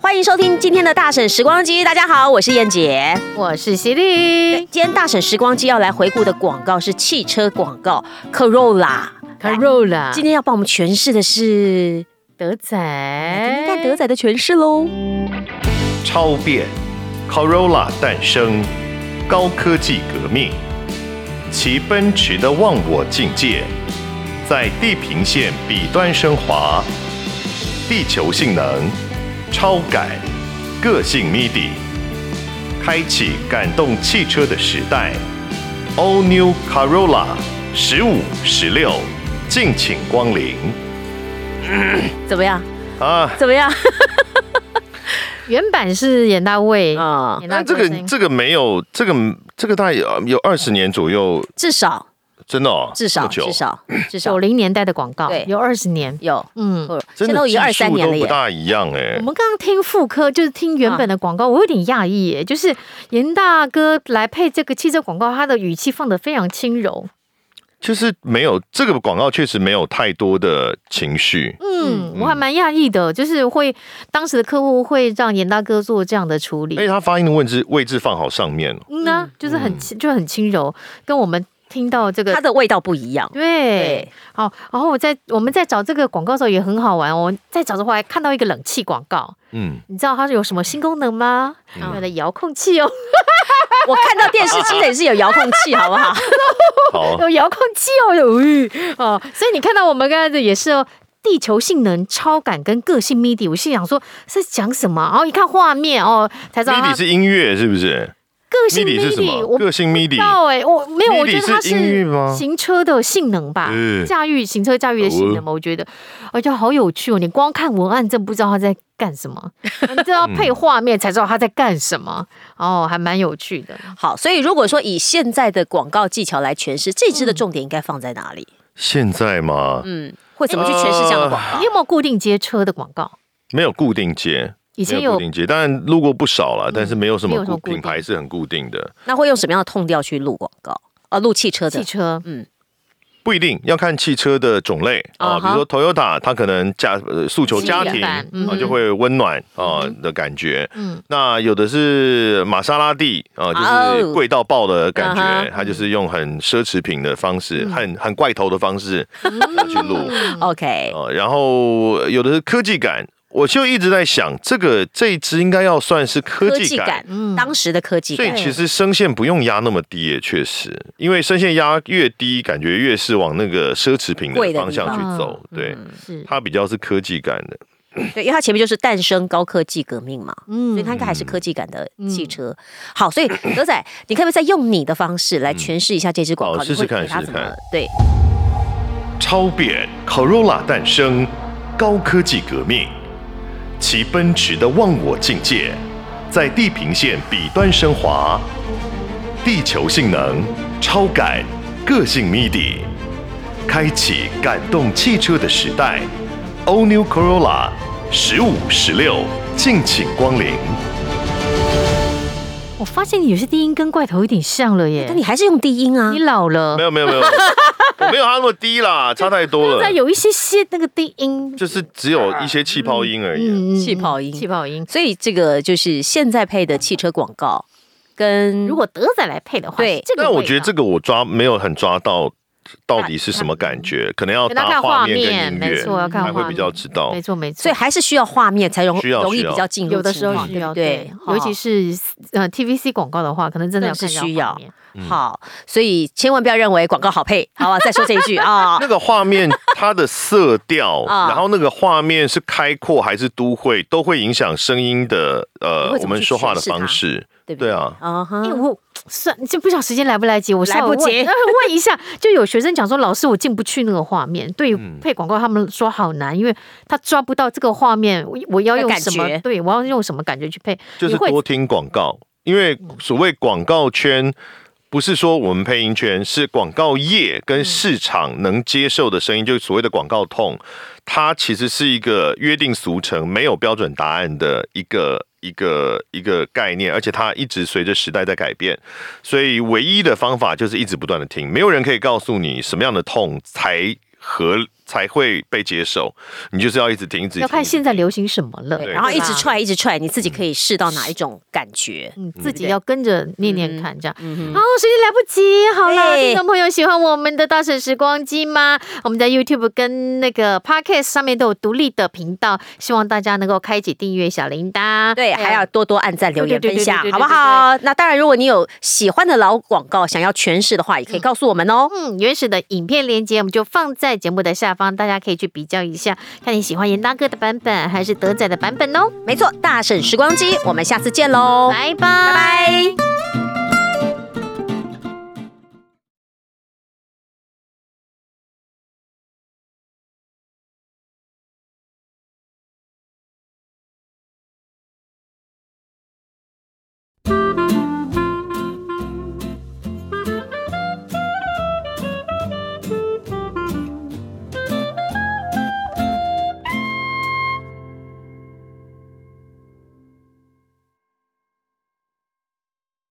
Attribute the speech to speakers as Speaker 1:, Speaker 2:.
Speaker 1: 欢迎收听今天的大婶时光机。大家好，我是燕姐。
Speaker 2: 我是犀利
Speaker 1: 今天大婶时光机要来回顾的广告是汽车广告，Corolla。
Speaker 2: ，Corolla，
Speaker 1: 今天要帮我们诠释的是，
Speaker 2: 德仔，
Speaker 1: 来听听看德仔的诠释喽。
Speaker 3: 超变，Corolla 诞生，高科技革命，其奔驰的忘我境界，在地平线彼端升华，地球性能，超感，个性 MIDI，开启感动汽车的时代，All New Corolla 十五十六，敬请光临
Speaker 1: 怎么样？
Speaker 3: 啊！
Speaker 1: 怎么样？
Speaker 2: 原版是演大 卫，
Speaker 1: 啊、
Speaker 2: 演大
Speaker 3: 那
Speaker 2: 卫
Speaker 3: 这个这个没有，这个这个大概有有二十年左右，
Speaker 1: 至少
Speaker 3: 真的哦，
Speaker 1: 至少
Speaker 3: 这么
Speaker 1: 至
Speaker 3: 久
Speaker 1: 少至少
Speaker 2: 九零年代的广告，
Speaker 1: 对
Speaker 2: 有二十年，
Speaker 1: 有，
Speaker 2: 嗯。
Speaker 1: 现
Speaker 3: 真
Speaker 1: 在
Speaker 3: 的
Speaker 1: 都已经
Speaker 3: 技
Speaker 1: 二
Speaker 3: 术
Speaker 1: 三年
Speaker 3: 都
Speaker 1: 了
Speaker 3: 不
Speaker 1: 耶。
Speaker 3: 大一样哎
Speaker 2: 我。们刚刚听副科，就是听原本的广
Speaker 1: 啊
Speaker 2: 告，我有点讶异耶，就是严大哥来配这个汽车广告，他的语气放得非常轻柔，
Speaker 3: 就是没有这个广告，确实没有太多的情绪。
Speaker 2: 嗯，我还蛮讶异的，就是会当时的客户会让严大哥做这样的处理
Speaker 3: 而，且他哎发音的位置位置放好上面，哦
Speaker 2: 嗯啊，就是很轻，就很轻柔，跟我们听到这
Speaker 1: 它
Speaker 2: 个
Speaker 1: 的味道不一样。
Speaker 2: 对。
Speaker 1: 对，
Speaker 2: 好，然后我在我们在找这个广告的时候也很好玩哦，我在找的话还看到一个冷气广告，
Speaker 3: 嗯，
Speaker 2: 你知道它是有什么新功能吗？
Speaker 3: 嗯
Speaker 2: 有了遥控器哦，，
Speaker 1: 我看到电视机也是有遥控 器，好不好？
Speaker 3: 好
Speaker 2: 有遥控器哦，有吁哦，所以你看到我们刚才的也是哦。地球性能超感跟个性 MIDI，我心想说是讲什么，然后一看画面哦，才知道它
Speaker 3: MIDI 是音乐是不是
Speaker 2: 个性
Speaker 3: ？MIDI 是什
Speaker 2: MIDI，我
Speaker 3: 么？
Speaker 2: 不
Speaker 3: 个性
Speaker 2: 知
Speaker 3: MIDI
Speaker 2: 道哎，我没有，我觉得
Speaker 3: MIDI
Speaker 2: 它
Speaker 3: 是音乐吗
Speaker 2: 是行车的性能吧
Speaker 3: 嗯，
Speaker 2: 驾驭行车驾驭的性能吧，我觉得，而且好有趣哦，你光看文案真不知道他在干什 么，你知道配画面才知道他在干什么，哦，还蛮有趣的。
Speaker 3: 嗯
Speaker 1: 好，所以如果说以现在的广告技巧来诠释这支的重点应该放在哪里？
Speaker 3: 现在嘛，
Speaker 1: 嗯，会怎么去诠释这样的广告
Speaker 2: 你？有没有固定接车的广告？
Speaker 3: 没有固定接，
Speaker 2: 以
Speaker 3: 没
Speaker 2: 前
Speaker 3: 有固
Speaker 2: 有
Speaker 3: 定接，当然路过不少了，但是没有什
Speaker 2: 没
Speaker 3: 么
Speaker 2: 有什么
Speaker 3: 固
Speaker 2: 固定
Speaker 3: 品牌是很固定的，
Speaker 1: 那会用什么样的痛调去录广告？啊，录汽车的
Speaker 2: 汽车，
Speaker 3: 不一定要看汽车的种类啊，
Speaker 1: 啊
Speaker 3: 比
Speaker 1: 哈
Speaker 3: 如说 Toyota，它可能家呃诉求
Speaker 2: 基
Speaker 3: 家
Speaker 2: 本
Speaker 3: 庭
Speaker 2: 版嗯
Speaker 3: 啊，就会温暖啊的感觉。
Speaker 2: 嗯，
Speaker 3: 那有的是玛莎拉蒂啊、呃就
Speaker 1: 哦
Speaker 3: 是贵到爆的感
Speaker 1: 啊
Speaker 3: 觉
Speaker 1: 哈，
Speaker 3: 它就是用很奢侈品的方式，很很怪头的方式来去录
Speaker 1: ，OK，
Speaker 3: 啊、然后呃有的是科技感，我就一直在想，这个这一支应该要算是科
Speaker 1: 科
Speaker 3: 技
Speaker 1: 技
Speaker 3: 感。
Speaker 1: 感，
Speaker 2: 嗯
Speaker 1: 当时的科技
Speaker 3: 所以
Speaker 1: 感，
Speaker 3: 其实声线不用压那么低耶，确实，因为声线压越低，感觉越是往那个奢侈品的
Speaker 1: 贵的地嗯
Speaker 3: 方向
Speaker 2: 方
Speaker 3: 去走。对，
Speaker 2: 是，
Speaker 3: 它比较是科技感的。
Speaker 1: 对，因为它前面就是诞生高科技革命嘛。所以
Speaker 2: 嗯
Speaker 1: 它应该还是科技感的汽车。好，所以德仔，你可不可以再用你的方式来诠释一下这支广告？
Speaker 3: 好
Speaker 1: 你
Speaker 3: 试试
Speaker 1: 会
Speaker 3: 看
Speaker 1: 给它
Speaker 3: 试试
Speaker 1: 怎么
Speaker 3: 看
Speaker 1: 对，
Speaker 3: 超扁 Corolla 诞生，高科技革命，其奔驰的忘我境界，在地平线彼端升华，地球性能超感，个性 MIDI，开启感动汽车的时代。All New Corolla 十五十六，敬请光临。
Speaker 2: 我发现你有些低音跟怪头有点像了耶
Speaker 3: 哦
Speaker 1: 但，你还是用低音啊
Speaker 2: 你。老了
Speaker 3: 没，有没有没有，我没有他那么低啦，差太多 了
Speaker 2: 但，有一些些那个低音，
Speaker 3: 就是只有一些气泡音而已。啊
Speaker 2: 嗯
Speaker 1: 气泡音
Speaker 2: 气泡音。
Speaker 1: 所以这个就是现在配的汽车广告，跟
Speaker 2: 如果德仔来配的话，
Speaker 1: 对
Speaker 2: 是这个
Speaker 3: 但我
Speaker 2: 味
Speaker 3: 觉得
Speaker 2: 道
Speaker 3: 这个我抓没有很抓到到底是什么感觉，可能要
Speaker 2: 可能要
Speaker 3: 搭
Speaker 2: 看
Speaker 3: 画
Speaker 2: 画
Speaker 3: 面
Speaker 2: 面，
Speaker 3: 跟音
Speaker 2: 没错，
Speaker 3: 乐
Speaker 2: 要看
Speaker 3: 才
Speaker 2: 画面，
Speaker 3: 会比较知道
Speaker 2: 没。错没错。
Speaker 1: 所以还是需要画面才容
Speaker 3: 需要
Speaker 1: 容易
Speaker 3: 需要
Speaker 1: 比较进入
Speaker 2: 有的时
Speaker 1: 情
Speaker 2: 候
Speaker 1: 况，
Speaker 2: 需
Speaker 1: 对
Speaker 2: 要
Speaker 1: 不对？好
Speaker 2: 尤其是呃 TVC 广告的话，可能真的要
Speaker 1: 更
Speaker 2: 看
Speaker 1: 是
Speaker 2: 到
Speaker 1: 需
Speaker 2: 画
Speaker 1: 要
Speaker 2: 面
Speaker 1: 好，所以千万不要认为广告好配，好吧？再说这一句啊
Speaker 3: 那，个画面，它的色调，
Speaker 1: 啊
Speaker 3: 然后那个画面是开阔还是都会，都会影响声音的
Speaker 1: 你
Speaker 3: 呃
Speaker 1: 会，怎
Speaker 3: 我
Speaker 1: 么
Speaker 3: 们
Speaker 1: 去
Speaker 3: 说话
Speaker 1: 诠
Speaker 3: 的
Speaker 1: 释它
Speaker 3: 方式。
Speaker 1: 对不
Speaker 3: 对啊，
Speaker 1: 啊哈
Speaker 2: 哎、我算就不知道时间来不来及，我
Speaker 1: 来
Speaker 2: 稍微
Speaker 1: 不
Speaker 2: 问呃
Speaker 1: 及
Speaker 2: 问一下，就有学生讲说，老师我进不去那个画面，对于
Speaker 1: 嗯
Speaker 2: 配广告他们说好难，因为他抓不到这个画面，我我要
Speaker 1: 的
Speaker 2: 用
Speaker 1: 感
Speaker 2: 什么
Speaker 1: 觉？
Speaker 2: 对，我要用什么感觉去配？
Speaker 3: 就
Speaker 2: 你
Speaker 3: 是
Speaker 2: 会
Speaker 3: 多听广告，因为所谓广告圈，不是说我们配音圈，是广告业
Speaker 2: 嗯
Speaker 3: 跟市场能接受的声音，就是所谓的广告痛，它其实是一个约定俗成、没有标准答案的一个。一个一个概念，而且它一直随着时代在改变，所以唯一的方法就是一直不断的听，没有人可以告诉你什么样的痛才合才会被接受。你就是要一直停止，
Speaker 2: 要看
Speaker 3: 停止
Speaker 2: 现在流行什么了，
Speaker 3: 对嗯
Speaker 1: 然后一直
Speaker 2: 吧，
Speaker 1: 踹，一直踹，你自己可以试到哪一种感觉。
Speaker 2: 嗯，自己要跟着念念看，这样。
Speaker 1: 嗯
Speaker 2: 好，时间来不及，好了，
Speaker 1: 对
Speaker 2: 听众朋友喜欢我们的大婶时光机吗？我们在 YouTube 跟那个 Podcast 上面都有独立的频道，希望大家能够开启订阅小铃铛，哎
Speaker 1: 对，还要多多按赞、留言、
Speaker 2: 啊对对对
Speaker 1: 分享
Speaker 2: 对对，对
Speaker 1: 好不好？那当然，如果你有喜欢的老广告想要诠释的话，也可以告诉我们哦。
Speaker 2: 嗯，原始的影片链接我们就放在节目的下方，大家可以去比较一下，看你喜欢严大哥的版本还是德仔的版本哦。
Speaker 1: 没错，大婶时光机，我们下次见喽，
Speaker 2: 拜拜，
Speaker 1: 拜拜